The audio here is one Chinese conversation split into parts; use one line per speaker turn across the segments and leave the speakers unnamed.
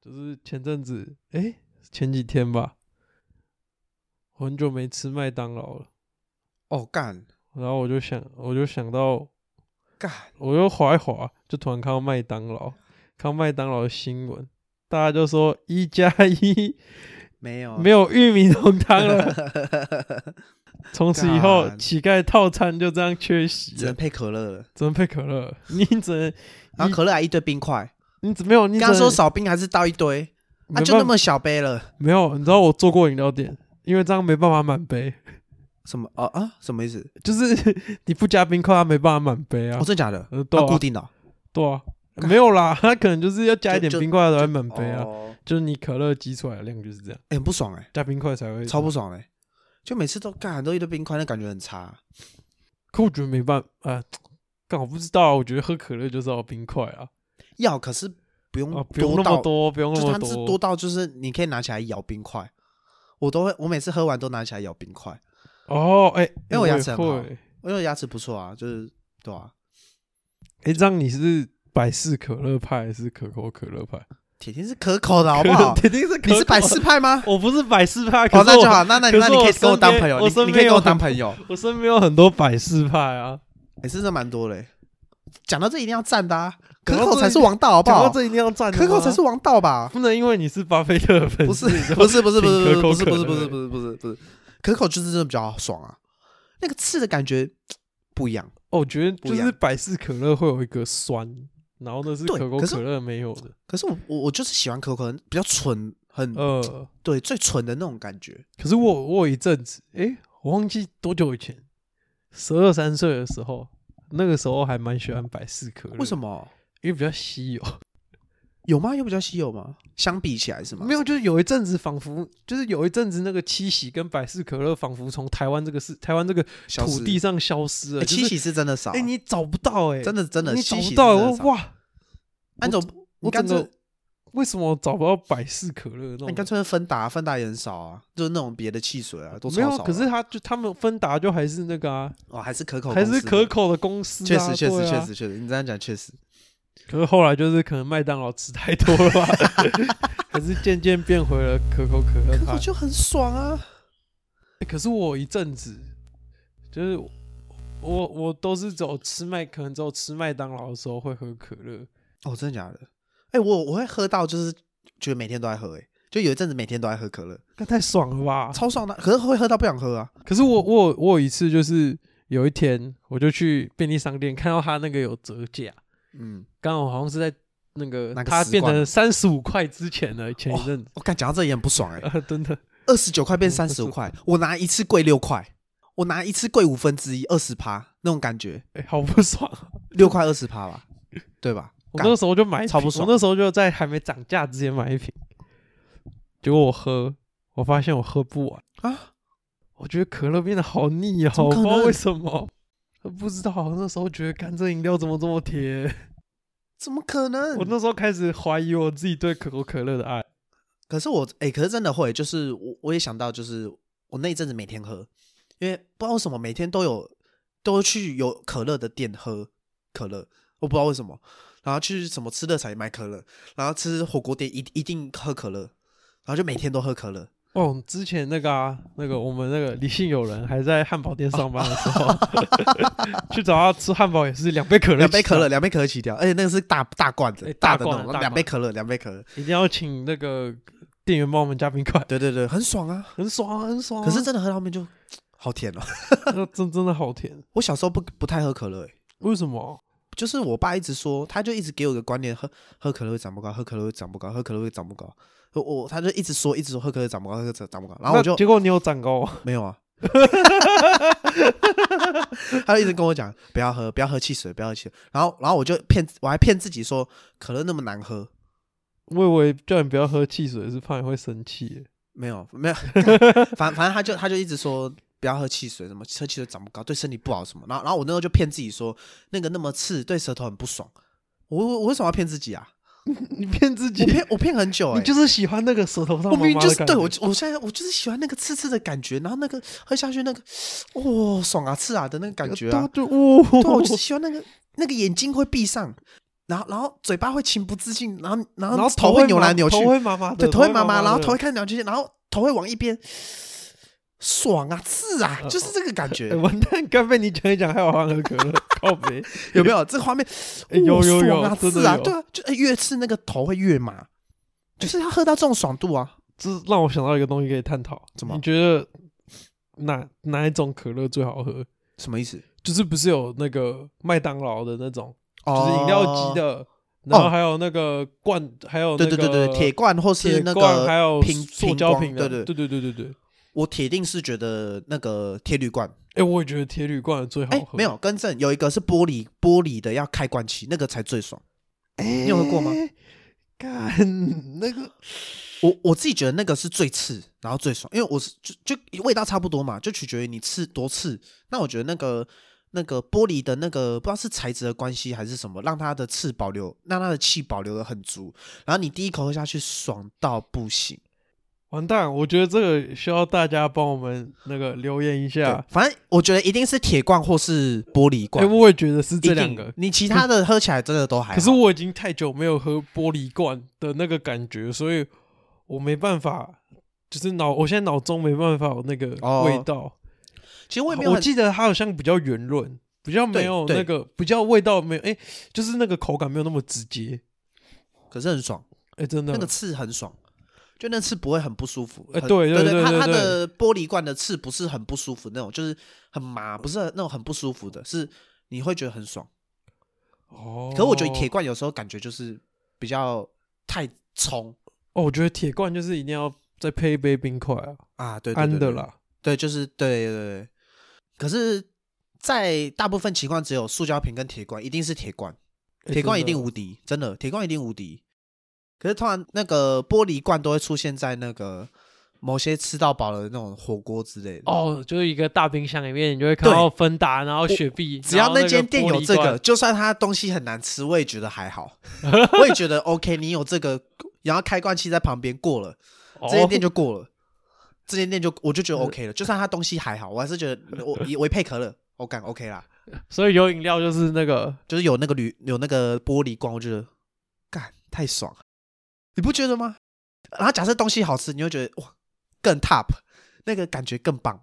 就是前阵子，哎、前几天吧，我很久没吃麦当劳了，
哦，干
然后我就想，我就想到，
干，
我又划一划，就突然看到麦当劳，看到麦当劳的新闻，大家就说一加一
没有啊
没有玉米浓汤了， 从此以后
干
乞丐套餐就这样缺席
只能
了，
配可乐了，
只能配可乐，你只能
然
一
后可乐还一堆冰块。
你只没有你
你
只
刚说
能
少冰还是倒一堆？啊，
没
就那
办
么小杯了，
没有，你知道我做过饮料店，因为这样没办法满杯，
什么？哦啊，什么意思？
就是 你不加冰块，它没办法满杯啊
哦，。真的假的？
呃，对
要
啊
固，定的哦，
对啊，
干
没有啦，它可能就是要加一
就
点
就
冰块才会满杯啊，
哦，
就是你可乐挤出来的量就是这样，
哎，很不爽哎，
加冰块才会。
超不爽哎，就每次都干都一堆冰块，那感觉很差。
可我觉得没办法，啊，干我不知道啊，我觉得喝可乐就是要有冰块啊，
要可是不用
啊，不用
嗯多
那么
倒，
多，不用那
就
么
它是多
多。
到就是你可以拿起来咬冰块，我都会，我每次喝完都拿起来咬冰块，
哦，哎，
因为我
我
牙
也
齿很好
会，
因为牙齿不错啊，就是对啊，
哎，这样你是百事可乐派还是可口可乐派？
铁定是可口的好不 好？
肯定是
你是百
可口
事派吗？
我不是百事派， 可
哦，
是
那就
我
好，那那
可是
那你可
我
以跟我
身
当
边
朋友，
我
你
身
你可
边
以
有
跟我
很
当朋友，
我身边有很多百事派啊，
也是真的蛮多嘞。讲到这一定要赞的、啊，可
讲到
口
这
才是王道，好不
讲到
好？
这一定要赞的吗，
可口才是王道 吧？
不能因为你是巴菲特的粉
不
丝
是，不是，不是，不是，
挺
不
可口
是，
可
不
乐
是，不是，不是，不是，不是，可口就是真的比较爽啊，那个刺的感觉不一样。
哦我觉得
不
就
一样
是百事可乐会有一个酸，然后那是
对
可口
可是
可乐没有的，
可是我我我就是喜欢可口可乐，比较纯，很、
呃，
对最纯的那种感觉。
可是我我有一阵子，诶，我忘记多久以前，十二三岁的时候，那个时候还蛮喜欢百事可乐，
为什
么？
么？
因为比较稀 有，
有吗？有比较稀有吗？相比起来是吗？
没有，就是有一阵子仿佛就是有一阵子那个七喜跟百事可乐仿佛从台湾这个是台湾这个
消失
土地上消失了，
欸，七
就是
喜是真的少啊、
哎、你找不到哎、
真的真的
你找
七喜
不
是
到、
真
欸
的
我
少
哇！
按总，你
我
干
整
脆
个为什么我找不到百事可乐那
那你
种？
干脆芬达，芬达也很少啊，就是那种别的汽水啊，都
没
超
有
少，的啊。
可是他就他们芬达就还是那个啊，
哦，还是可口，
还是可。口的公司、啊，
确实，确实，
对啊
确。实，确实，你这样讲确实。
可是后来就是可能麦当劳吃太多 了吧，还是渐渐变回了可口可乐
可
派
口。就很爽啊！
欸可是我一阵子就是我我我都是走吃麦，可能只有吃麦当劳的时候会喝可乐。
哦，真的假的？哎、我我会喝到，就是觉得每天都在喝、哎，就有一阵子每天都在喝可乐，
那太爽了吧！
超爽的。可是会喝到不想喝啊。
可是我我有我有一次就是有一天我就去便利商店看到他那个有折价，
嗯，
刚好好像是在那个
那个
它
时
变
段
成三十五块之前的前一 阵子，
我、感哦讲到这也很不 爽哎、
呃，真的，
二十九块变
嗯
三十五 块，我拿一次贵六块，我拿一次贵五分之一，二十趴那种感觉，
哎、好不爽。
六块二十趴吧，对吧？
我
干
那时候就买一瓶
超不爽
我那时候就在还没涨价之前买一瓶，结果我喝，我发现我喝不完，
啊，
我觉得可乐变得好腻哦，
怎么
我
可
不
能
知道为什么。不知道，我那时候觉得干这饮料怎么这么甜？
怎么可能？
我那时候开始怀疑我自己对可口可乐的爱。
可是我哎、可是真的会，就是我我也想到，就是我那一阵子每天喝，因为不知道为什么每天都有都去有可乐的店喝可乐，我不知道为什么，然后去什么吃热炒也买可乐，然后吃火锅店一一定喝可乐，然后就每天都喝可乐。
哦，之前那个啊，那个我们那个理性友人还在汉堡店上班的 时候，去找他吃汉堡也是两杯可乐，
两杯可乐，，两杯可乐起跳，而且那个是大大罐
哎
的，
大
的那
罐的
种，
大
两杯
罐
可乐，两杯可乐，
一定要请那个店员帮我们加冰块，
对对对，很爽啊！
很爽、啊，很爽啊、
可是真的喝到后面就好甜哦。
这真真的好甜，
我小时候不不太喝可乐、欸，
为什么？
就是我爸一直说，他就一直给我一个观念，喝喝可乐会长不高，喝可乐会长不高，喝可乐会长不高。我我他就一直说，一直说喝可乐长不高，喝可乐长不高。然后我就
啊那结果你有长高啊，
没有啊， 他就一直跟我讲不要喝，不要喝汽水，不要喝汽水。然后然后我就骗，我还骗自己说可乐那么难喝，
我以为叫你不要喝汽水是怕你会生气耶，
没有没有，反反正他就他就一直说不要喝汽水，什么喝汽水长不高，对身体不好什么。然后然后我那时候就骗自己说那个那么刺，对舌头很不爽。我我我为什么要骗自己 啊？
你骗自己
我，骗我骗很久、欸，
你就是喜欢那个舌头上
我
麻
明明
麻
就
的
是
感
对
觉。
我就，我现在我就是喜欢那个刺刺的感觉，然后那个喝下去那个，哦，爽啊刺啊的那个感觉啊，
对啊，就哦，
对，我就是喜欢那个那个眼睛会闭上，然后然后嘴巴会情不自禁，然后然
然后
头
会
扭
麻
来扭去
啊头，会麻麻的，
对，头会麻
麻
麻，
的，
然后头会看扭曲，然后头会往一边，爽啊，刺啊，
呃
就是这个感觉
哎。，完蛋，刚被你讲一讲，还有欢喝可乐， 靠北，
有没有这个画面？
哎 有
哦
有
爽啊，
有，真
刺啊，
的
对
有。
啊，就哎越刺那个头会越麻，就是他喝到这种爽度啊，
这让我想到一个东西可以探讨，
怎么
你觉得哪哪一种可乐最好喝？
什么意思？
就是不是有那个麦当劳的那种，就
哦，
是饮料机的，然后还有那个罐，还有那
对
个
对对对，铁罐或是
铁
那
罐还
个，
有
瓶
塑
瓶
胶
罐
瓶的，
对
对对对对对。
我铁定是觉得那个铁铝罐，
哎，我也觉得铁铝罐的最好
哎，
喝，
没有，更正，有一个是玻璃玻璃的，要开罐器，那个才最爽。
你
有喝过吗？
干那个
我我自己觉得那个是最刺，然后最爽，因为我是就就味道差不多嘛，就取决于你刺多刺。那我觉得那个那个玻璃的那个不知道是材质的关系还是什么，让它的刺保留，让它的气保留的很足，然后你第一口喝下去爽到不行。
完蛋，我觉得这个需要大家帮我们那个留言一
对
下。，
反正我觉得一定是铁罐或是玻璃
啊哎，
罐，
我也觉得是这
一
两
定
个。
你其他的喝起来真的都还好。
可是我已经太久没有喝玻璃罐的那个感觉，所以我没办法，就是脑我现在脑中没办法有那个
哦
味道。
其实我也没有
我
很
记得它好像比较圆润，比较没
对
有
对
那个比较味道没有，哎、就是那个口感没有那么直接，
可是很爽，
哎、真的，
那个刺很爽，就那刺不会很不舒服。
哎
很
对
呃对
对对
它它
对对
的玻璃罐的刺不是很不舒服那种，就是很麻，不是那种很不舒服的，是你会觉得很爽。
哦，
可我觉得铁罐有时候感觉就是比较太冲
哦，我觉得铁罐就是一定要再配一杯冰块啊，
啊，对对
安
对
的
对
啦，
对，就是对对对。对可是，在大部分情况只有塑胶瓶跟铁罐，一定是铁罐。
哎
铁罐一
真的
定无敌，真的，铁罐一定无敌。可是通常那个玻璃罐都会出现在那个某些吃到饱的那种火锅之类的。
哦，就是一个大冰箱里面，你就会看到芬达，然后雪碧，
哦只要
然后那
间店有这
玻璃
个，
罐，
就算它东西很难吃，我也觉得 还好，我也觉得 OK。你有这个，然后开罐器在旁边过了，这间店
就
就过了，这间店就我就觉
呃
得 OK 了。就算它东西还好，我还是觉得我我也配可乐，我感 OK 啦。
哦所以有饮料就是那个
就是有那个铝有那个玻璃光，我觉得干太爽了，你不觉得吗？然后假设东西好吃，你会觉得哇更 top，那个感觉更棒，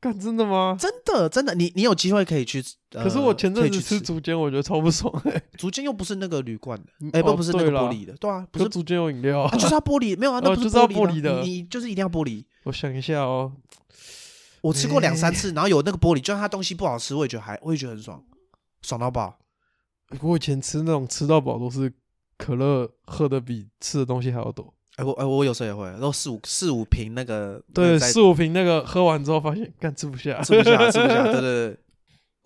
干真的吗？
真的真的，你你有机会可以去。呃
可是我前
可
阵
以
子
去
吃
吃
竹间，我觉得超不爽哎、
竹间又不是那个铝罐的，
嗯
哎、
哦
不不是那
对
个
啦
玻璃的，对啊，
可
不是
是竹间有饮料啊
啊，就是要玻璃，没有啊，那
哦
不
就是要玻
玻
璃
的啊，
的
你你就是一定要玻璃。
我想一下哦，
我吃过两三
哎
次，然后有那个玻璃，就算它东西不好吃，我也觉得还我也觉得很爽，爽到爆。
我以前吃那种吃到饱都是可乐喝的比吃的东西还要多。
哎、我哎、我有时候也会，然后四五四五瓶那个那
对，
个在
四五瓶那个喝完之后发现干吃不下，
吃不下，吃不下。对对对，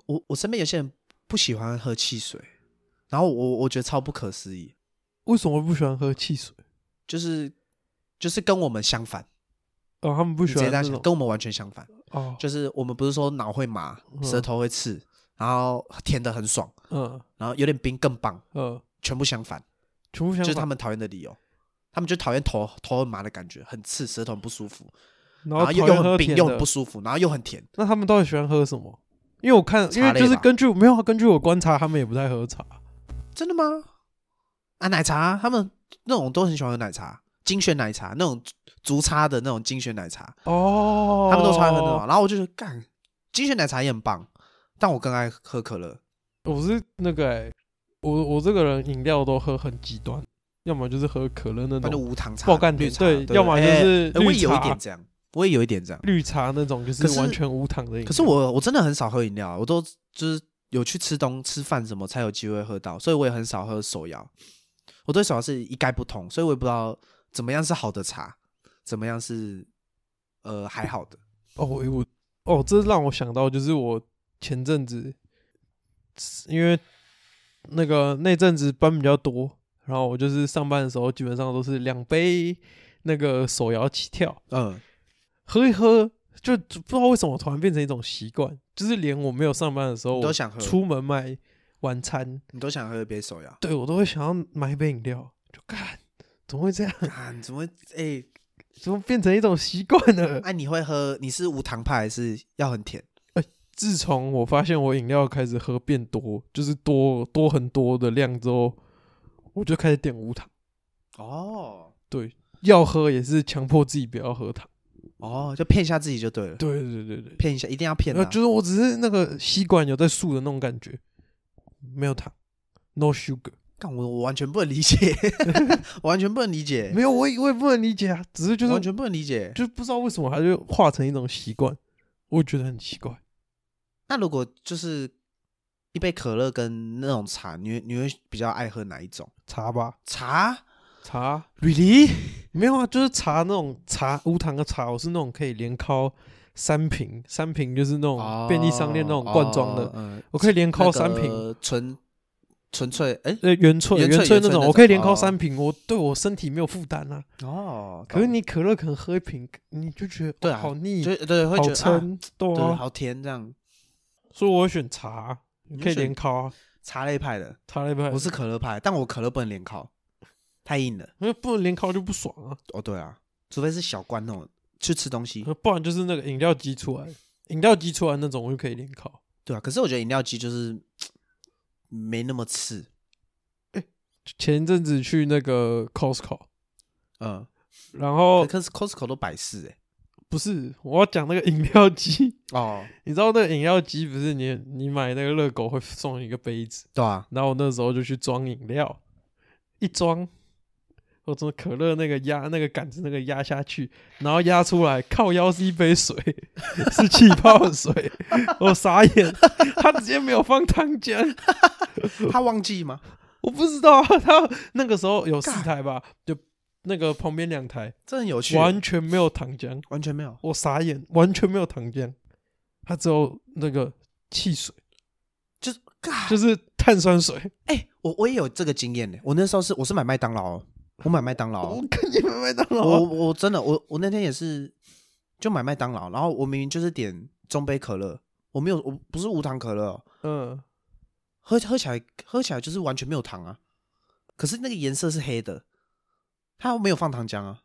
我我身边有些人不喜欢喝汽水，然后我我觉得超不可思议，
为什么不喜欢喝汽水？
就是就是跟我们相反，
哦，他们不
不
喜欢
大
那
家
种
想跟我们完全相反，
哦，
就是我们不是说脑会麻，舌
嗯
头会刺，然后甜的很爽，
嗯
然后有点冰更棒，
呃，
全部相反，
全部
就
相
是
反。
他们讨厌的理由。他们就讨厌头头很麻的感觉，很刺，舌头很不舒服，
然
然
后
后
讨
又又
厌
很
喝
冰，
甜
又很
的
不。舒服，然后又很甜。
那他们到底喜欢喝什么？因为我看，因
茶
为
类
就是
吧
根据没有啊根据我观察，他们也不太喝茶。
真的吗？啊，奶茶啊，他们那种都很喜欢喝奶茶，精选奶茶那种竹差的那种精选奶茶，
哦，
他们都超爱喝那种。然后我就觉得干，精选奶茶也很棒，但我更爱喝可乐。
我是那个、欸，我我这个人饮料都喝很极端，要么就是喝可乐那
反正
种
无糖茶、
爆干
绿
甜，
茶，
对，要么就
哎
是
哎我
绿
也有一
茶
点这样，我也有一点这样。
绿茶那种，就是
可是
完全无糖的饮料。
可是我我真的很少喝饮料啊，我都就是有去吃东吃饭什么才有机会喝到，所以我也很少喝手摇。我对手摇是一概不通，所以我也不知道怎么样是好的茶，怎么样是呃还好的。
哦，我我哦，这让我想到，就是我前阵子因为那个那阵子班比较多，然后我就是上班的时候基本上都是两杯那个手摇起跳，
嗯，
喝一喝，就就不知道为什么突然变成一种习惯，就是连我没有上班的时候，
你
我
都想喝
哦出门买晚餐，？
你都想喝一杯手摇
对我都会想要买一杯饮料，就看怎么会这样，
啊，你怎么会？哎、
怎么变成一种习惯了？
哎、你会喝？你是无糖派还是要很甜？
自从我发现我饮料开始喝变多，就是多多很多的量之后，我就开始点无糖。
哦
要喝也是强迫自己不要喝糖。
哦，就骗一下自己就对了，
对对对对，
骗一下，一定要骗
然
啊
后就是我只是那个吸管有在竖的那种感觉，没有糖，no sugar，
干我我完全不能理解，我完全不能理解，
没有我也我也不能理解啊，只是就
完
是
全不能理解。
就是不知道为什么它就化成一种习惯，我觉得很奇怪。
那如果就是一杯可乐跟那种茶，你会你会比较爱喝哪一种？
茶吧，
茶
茶
？Really？
没有啊，就是茶那种茶无糖的茶，我是那种可以连敲三瓶，三瓶就是那种哦便利商店那种罐装的，
哦，嗯、
我可以连敲三瓶。
那个纯纯粹哎、
呃，原萃
原萃
原萃
原萃
那种，
那
我可以
种
连敲
哦
三瓶，我对我身体没有负担啊。
哦，
可是
懂
你可乐可能喝一瓶，你就觉得
对
哦
啊
好腻，
就对会
好
觉得啊
撑，对
对
啊，
好甜这样，
所以我会选茶，
你
可以
选
连烤啊，
茶类派的，
茶类不
我是可乐派，但我可乐不能连烤，太硬了。
因为不能连烤就不爽啊，
哦，对啊，除非是小罐那种去吃东西，
不然就是那个饮料机出来，饮料机出来那种我就可以连烤。
对啊。可是我觉得饮料机就是没那么刺，
前一阵子去那个 Costco，
嗯，
然后
可是 Costco 都百事哎、
不是我要讲那个饮料机，
哦，
你知道那个饮料机不是你你买那个热狗会送一个杯子，
对啊，
然后我那时候就去装饮料，一装，我从可乐那个压那个杆子那个压下去，然后压出来靠腰是一杯水， 是气泡水，我傻眼，他直接没有放糖浆，
他忘记吗？
我不知道啊他那个时候有四台吧，就那个旁边两台
这很有趣，欸
完全没有糖浆，
完全没有
我傻眼，完全没有糖浆，它只有那个汽水，
就是尬，
就是碳酸 水，
哎、我我也有这个经验呢、欸我那时候是我是买麦当劳哦，我买麦当劳哦、
我跟你们麦当劳啊
我我真的我我那天也是就买麦当劳，然后我明明就是点中杯可乐，我没有我不是无糖可乐哦、
嗯。
喝喝起来喝起来就是完全没有糖啊，可是那个颜色是黑的，它没有放糖浆啊。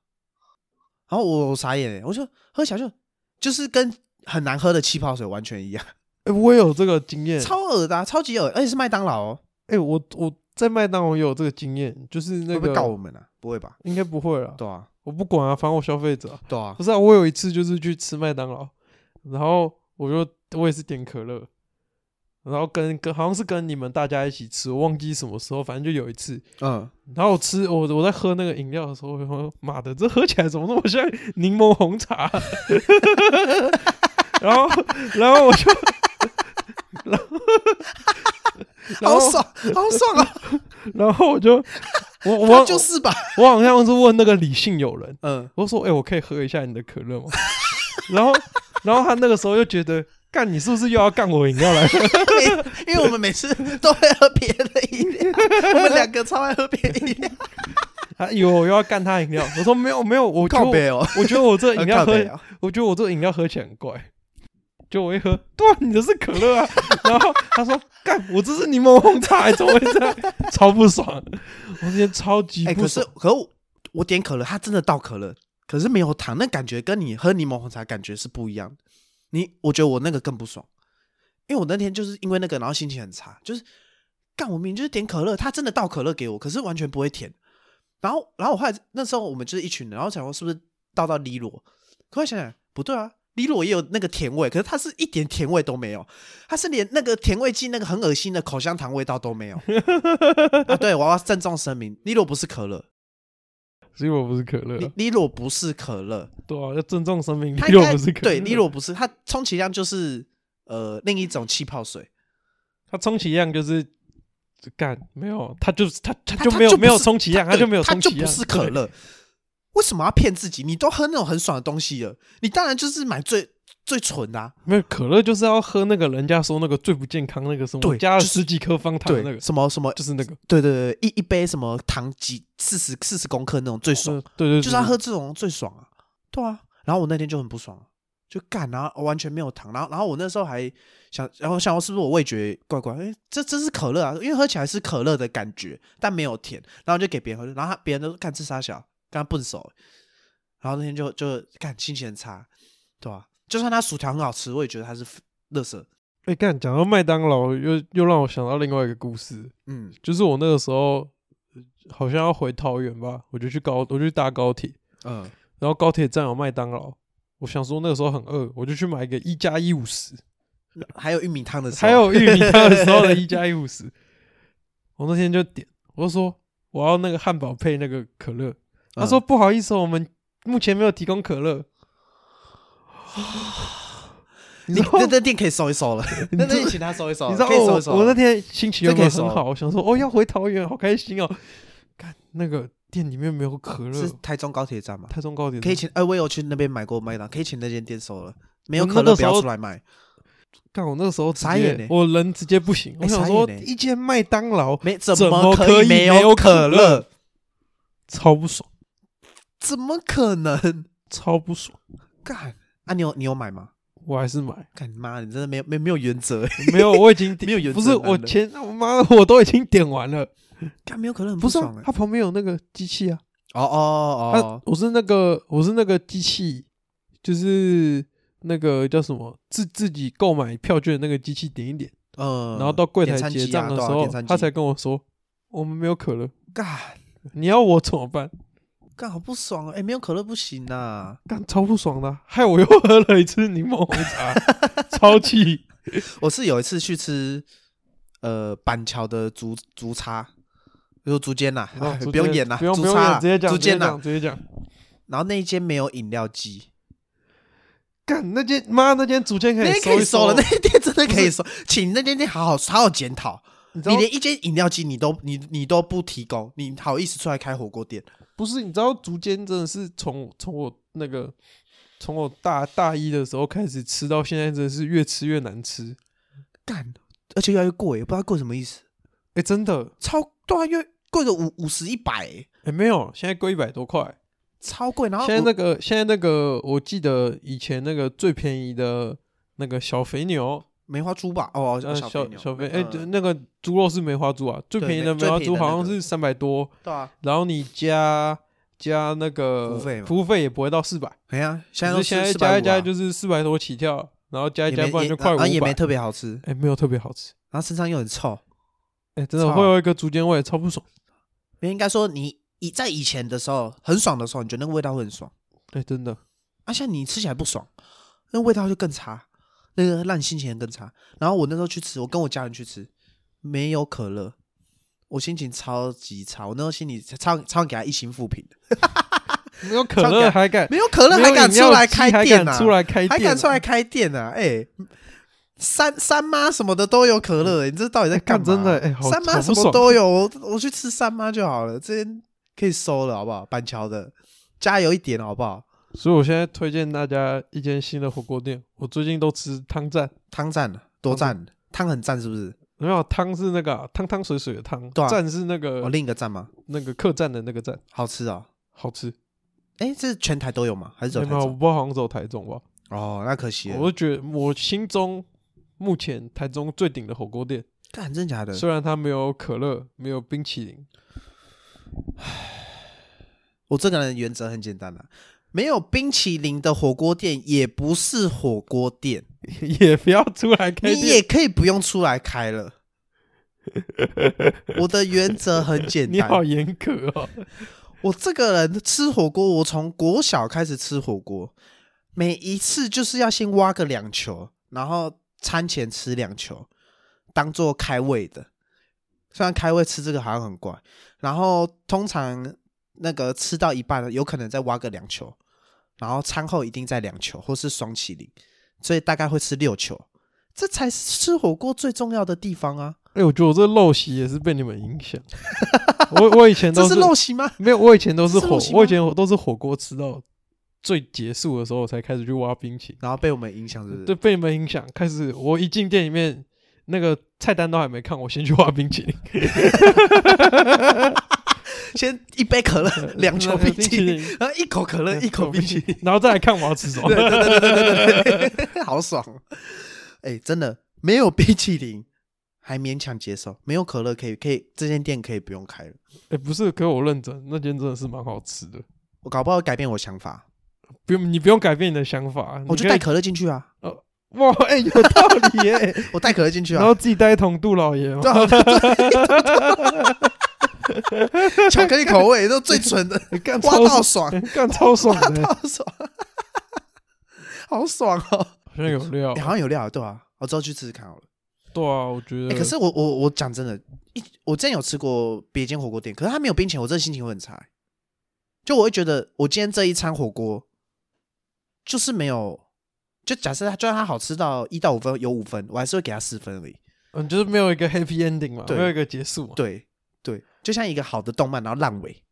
然后我我傻眼、欸，我就喝起来就就是跟很难喝的气泡水完全一样，
哎、我也有这个经验。
超恶的、啊，超级恶，而且是麦当劳、哦，
哎、我我在麦当劳也有这个经验，就是那
会不会告
个
我们啊？不会吧？
应该不会啦，
对啊，
我不管啊，反正我消费者啊、
对啊
不，是啊，我有一次就是去吃麦当劳，然后我就我也是点可乐，然后跟跟好像是跟你们大家一起吃，我忘记什么时候，反正就有一次，
嗯，
然后我吃我我在喝那个饮料的时候，我说妈的，这喝起来怎么那么像柠檬红茶？ 然后然后我就，然后然
好
后
爽，好爽啊！
然后我就，我我
它就是吧，
我好像是问那个理性友人，
嗯，
我说：“哎、我可以喝一下你的可乐吗？” 然后，然后他那个时候就觉得，干你是不是又要干我饮料来了？
因为我们每次都会喝别的饮 料，我们两个超爱喝别的饮料，
他以为我又要干他饮料。我说：“没有，没有，我觉得
靠
我
背 哦，
我觉得我这饮料
靠
喝，
背哦，
我觉得我这饮料喝起来很怪。”就我一喝，对啊，你的是可乐啊。然后他说：“干，我这是柠檬红茶、欸怎么会这样？超不爽！我今天超级
哎、
不
可是
爽。
可我我点可乐，它真的倒可乐，可是没有糖，那感觉跟你喝柠檬红茶感觉是不一样的。你我觉得我那个更不爽，因为我那天就是因为那个，然后心情很差，就是干我明明就是点可乐，他真的倒可乐给我，可是完全不会甜。然后然后我后来那时候我们就是一群人，然后想说是不是倒到李裸？可我想想不对啊。李裸也有那个甜味，可是它是一点甜味都没有，它是连那个甜味剂那个很恶心的口香糖味道都没有。啊，对，我要郑重声明，利洛不是可乐，
所以我不是可乐啊、
利利洛不是 可乐，
对啊，要郑重声明，
它
利
应
洛
该
不是可乐。
对利洛不是，它充其量就是呃另一种气泡水，
他充其量就是干没有，他就是他他
它
就
它
没有
就不
没有
是
充其量，他
对
就没有
它
充
就
其量，
不是可
对。
乐，为什么要骗自己？你都喝那种很爽的东西了，你当然就是买最最纯的、啊，
没有可乐就是要喝那个人家说那个最不健康那个什么，
对
加了
就是
十几颗方糖的
对，
那个，
什么什么，
就是那个，
对对对，一一杯什么糖几四十四十公克那种最爽，
嗯对对，
就是要喝这种最爽啊，对啊。然后我那天就很不爽啊，就干，然后完全没有糖，然后然后我那时候还想，然后想我是不是我味觉怪怪？哎，这这是可乐啊，因为喝起来是可乐的感觉，但没有甜，然后就给别人喝，然后他别人都说干这傻小，跟他笨手欸、然后那天就就干心情很差，对吧、啊？就算他薯条很好吃，我也觉得它是垃圾。
哎，干讲到麦当劳，又又让我想到另外一个故事，
嗯
就是我那个时候好像要回桃园吧，我就去高，我就去搭高铁，
嗯，
然后高铁站有麦当劳，我想说那个时候很饿，我就去买一个一加一五十，
还有玉米汤的时候，嗯
还有玉米汤的时候的 一加一五十。我那天就点，我就说我要那个汉堡配那个可乐，他说不好意思哦，我们目前没有提供可乐。你
你
知道
那那店可以收一收 了，那
知道
店请他收一收，
你知道哦
哦可以收
我
一收。
我那天心情
这
原
可以
本
收
很好，我想说哦要回桃园，好开心哦。看那个店里面没有可乐
是，台中高铁站嘛，
台中高铁
可以
站
请，哎，我有去那边买过麦当，可以请那间店收了，没有
我那
可乐
个
不
时候
要出来卖，
干我那个时候直
傻眼
接
欸
我人直接不行，我
哎
想
傻
说
眼欸
一间麦当劳
没怎
怎
么
么
可
可
以
以
没
没有
可
可
乐？
超不爽，
怎么可能？
超不爽，
干啊！你有你有买吗？
我还是买。
干妈，你真的没有没有没有原 则欸，
没有，我已经点
没有原
不
则
是
男
我
的
前我妈的我都已经点完了，
干没有可乐很
不是、
爽
啊、
欸
它旁边有那个机器啊，
哦哦
它
哦，
我是那个我是那个机器，就是那个叫什么自自己购买票券的那个机器点一点，
嗯，
然后到柜
点
台
餐
结
机啊
账的
对啊
时候
点，餐
他
机
才跟我说我们没有可乐，
干
你要我怎么办？
干好不爽哦！哎，没有可乐不行呐。
干超不爽的啊、害我又喝了一次柠檬红茶， 超气。
我是有一次去吃呃板桥的竹竹叉，就竹间呐，
然后
哎
直
不用
接
演啦，
哦
啊
不用
竹
不用
叉啦
演，直接讲，
竹
直接
间呐
讲，，直接讲。
然后那一间没有饮料机，
干那间妈那间竹签可
那
以
间可以
一哦
收了，那
了
间店真的可以收，请那间店好好好好检讨。
你知
你
道
连一间饮料机你都你你都不提供，你好意思出来开火锅店？
不是，你知道竹间真的是从从我那个从我大大一的时候开始吃到现在，真的是越吃越难吃。
干，而且越来越贵，不知道贵什么意思，
哎、真的，
超对啊，越贵个五五十一百，
哎、没有，现在贵一百多块。
超贵。然后
现在
我
那个现在那个，我记得以前那个最便宜的那个小肥牛，
梅花猪吧，哦，
呃，
小
小
肥牛
小肥，
嗯
哎、就那个猪肉是梅花猪啊，最
对
便宜
梅
的梅
最
花
便宜
猪
的
好
那
像
个
是三百多，
对啊，
然后你加加那个
服务费嘛
服务费也不会到四百，
哎呀，现在
只
都
是现在
450
加一加
啊
就是四百多起跳，然后加一
也
加
没
不然
也
就快五
然后也
百
没。特别好吃，
哎、没有特别好吃，
然后身上又很臭。
哎、真的
操
会有一个竹间味，超不爽。
因为应该说你以在以前的时候很爽的时候，你觉得那个味道会很爽，
哎、真的，
啊，现在你吃起来不爽，那味道就更差，那个让你心情更差。然后我那时候去吃，我跟我家人去吃，没有可乐，我心情超级差。我那时候心里超超给他一星负评的，
没有可
上赶
乐还敢，
没有可乐
没
还
有
敢
饮
出
料
来
机
开
还
店
敢
啊，
出来开店、啊，
还敢出来开店啊？哎、三三妈什么的都有可乐、哎你这到底在
干
嘛？
真的哎好
三妈
好
什
不
么
爽
都有，我我去吃三妈就好了，这边可以收了好不好？板桥的，加油一点好不好？
所以我现在推荐大家一间新的火锅店，我最近都吃汤站，
汤赞了，多赞，汤很赞是不是？
没有汤是那个啊、汤汤水水的汤，
对啊
站是那个、
我、另一个赞吗？
那个客栈的那个站，
好吃哦。
好吃。
哎，这是全台都有吗？还是走
没
台
有，我
中？
不知道好像走台中吧，
哦，那可惜了。
我就觉得我心中目前台中最顶的火锅店，
干，真假的？
虽然它没有可乐，没有冰淇淋，
我这个人原则很简单啦、没有冰淇淋的火锅店也不是火锅 店，
也不要出来开
你
店。
也可以不用出来开了。我的原则很 简
你
单，
好严格哦！
我这个人吃火锅，我从国小开始吃火锅，每一次就是要先挖个两球，然后餐前吃两球，当做开胃的。虽然开胃吃这个好像很怪，然后通常那个吃到一半，有可能再挖个两球，然后餐后一定再两球或是双麒麟，所以大概会吃六球。这才是吃火锅最重要的地方啊！
哎、我觉得我这陋习也是被你们影响。我我以前
这
都
是陋习 吗？
没有，我以前都是
这是
火
陋习，吗
我以前都是火锅吃到最结束的时候才开始去挖冰淇
然后被我们影响，是不
淋，
是？
对，被你们影响，开始我一进店里面，那个菜单都还没看，我先去挖冰淇淋，
先一杯可 乐， 两球冰淇淋，
淋，
然后呃一口 可乐，一口冰淇淋，
然后再来看我要吃什么
对。对对对对对 对，好爽！哎、真的没有冰淇淋还勉强接受，没有可乐可以可以，这间店可以不用开了。
哎、不是，可我认真，那间真的是蛮好吃的。
我搞不好改变我想法，不
不用，你不用改变你的想法，
我就带可乐进去啊，
哇，哎、有道理 耶、
我带可乐进去
然
啊
后。自己带一桶杜老爷嘛
对，啊，对啊 巧克力口味都最纯 的，
干
挖
超
到
爽，
爽，
干超爽
挖
的，
到爽，好爽哦！
好像有料
欸。好像有料，对啊，我之后去吃吃看好了。
对啊，我觉
欸
得。
可是我我我讲真的，一我之前有吃过别间火锅店，可是它没有冰淇淋，我真的心情会很差欸、就我会觉得，我今天这一餐火锅就是没有，就假设它就算它好吃到一到五分，有五分，我还是会给它四分而已。
嗯，就是没有一个 happy ending 嘛，
对
没有一个结束嘛。
对对，就像一个好的动漫，然后烂尾，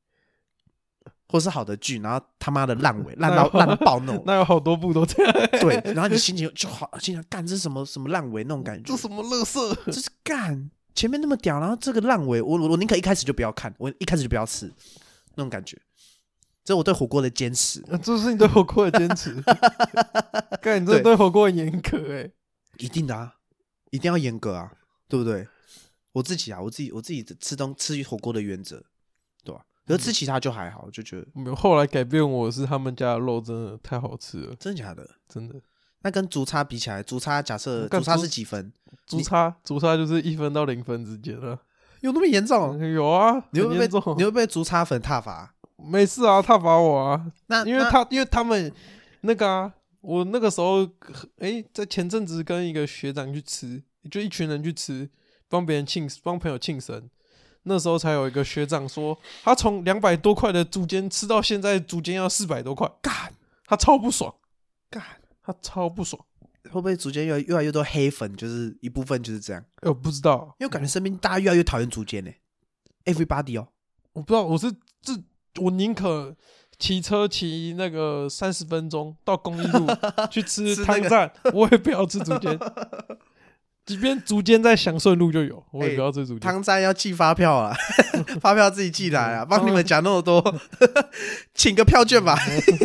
或是好的剧，然后他妈的烂尾，烂到烂到爆 那种。
那有好多部都这样。
对，然后你心情就好，心想干这是什么什么烂尾那种感觉
这，什么乐色？
这是干前面那么屌，然后这个烂尾，我我我宁可一开始就不要看，我一开始就不要吃那种感觉，这是我对火锅的坚持，
啊这是你对火锅的坚持。 看你这
对
对火锅很严格哎、
一定的啊，一定要严格啊，对不对？我自己啊，我自己我自己的吃东吃火锅的原则，对吧、可是
嗯
吃其他就还好，我就觉得
没有，后来改变我是他们家的肉真的太好吃了，
真的假的？
真的。
那跟竹叉比起来，竹叉假设
干
竹叉
竹
是几分？
竹叉，竹叉就是一分到零分之间了。
有那么严重？
有啊，
哦你会
很
不会
严
被你
重？
会被竹叉粉踏伐？
没事啊，他罚我啊，
那
因为
那
他因为他们那个啊，我那个时候诶，在前阵子跟一个学长去吃，就一群人去吃，帮别人庆帮朋友庆生。那时候才有一个学长说，他从两百多块的竹间吃到现在竹间要四百多块，
干
他超不爽，
干
他超不爽。
会不会逐渐越来越来越多黑粉？就是一部分就是这样，
哎、我不知道，
因为我感觉身边大家越来越讨厌竹间呢、everybody 哦，
我不知道，我是这我宁可骑车骑那个三十分钟到公益路去吃
吃那
汤
个
站，我也不要吃竹 间。即便竹间在祥顺路就有，我也
哎
不要吃竹间。
汤站要寄发票啊， 发票自己寄来啊，帮你们讲那么多， 请个票券吧，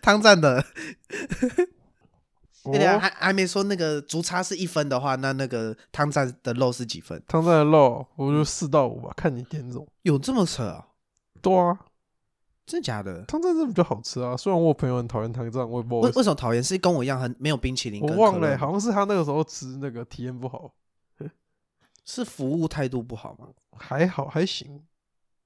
汤站的。对啊，
哦
还还没说那个竹叉是一分的话，那那个汤站的肉是几分？
汤站的肉，我就四到五吧，看你点怎么。
有这么扯啊？
对啊，
真的假的？
汤站这比较好吃啊。虽然我朋友很讨厌汤站，我也不知道
为
为什
为什么讨厌？是跟我一样很没有冰淇淋
么
跟可
我
乐？
忘了欸、好像是他那个时候吃那个体验不好，
是服务态度不好吗？
还好还行，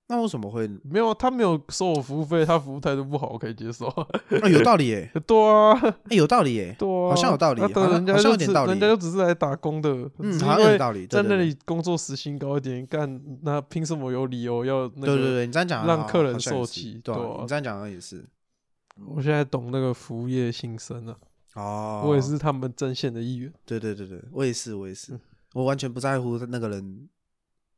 那为什么会？
没有啊他没有收我服务费，他服务态度不好，我可以接受。
啊，有道理耶、
对啊，
欸，有道理耶、
对啊，
好像有道理
那
好
当
像
人家
好像
就
有点
只
道理
人家就只是来打工的，只
嗯，
是
好
因
像有
为
道理，对
在那
对
里工作时薪高一点，干那凭什么有理由要那
对对对
个？
对，你这样讲
让
好
客人
好像也
受
是
气
对啊
对啊
你这样讲好像也是
我现在懂那个服务业心声了，
哦，
我也，是嗯他们阵线的一员。
对对对对，我也是我也是，我完全不在乎那个人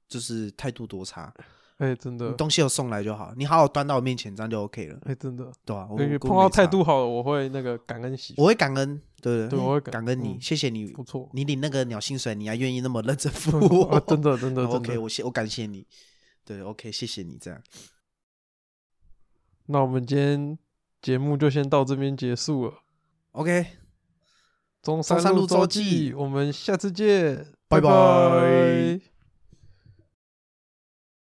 就是态度多差，
哎，真的
你，东西有送来就好，你好好端到我面前，这样就 OK 了，
哎，真的，
对吧、啊？我
哎
我
碰到
没差
态度好的，我会那个感恩惜福，
我会感恩，对对
对我会感
感恩你，
嗯
谢谢你
不，错。
你领那个鸟薪水，你还愿意那么认真服务
啊
我，，
真的，真的，真
哦 OK，
的。
我谢我感谢你，对 OK，谢谢你这样，
那我们今天节目就先到这边结束了。
OK，
中
山
路
路周
记
记，
我们下次见，
拜
拜
拜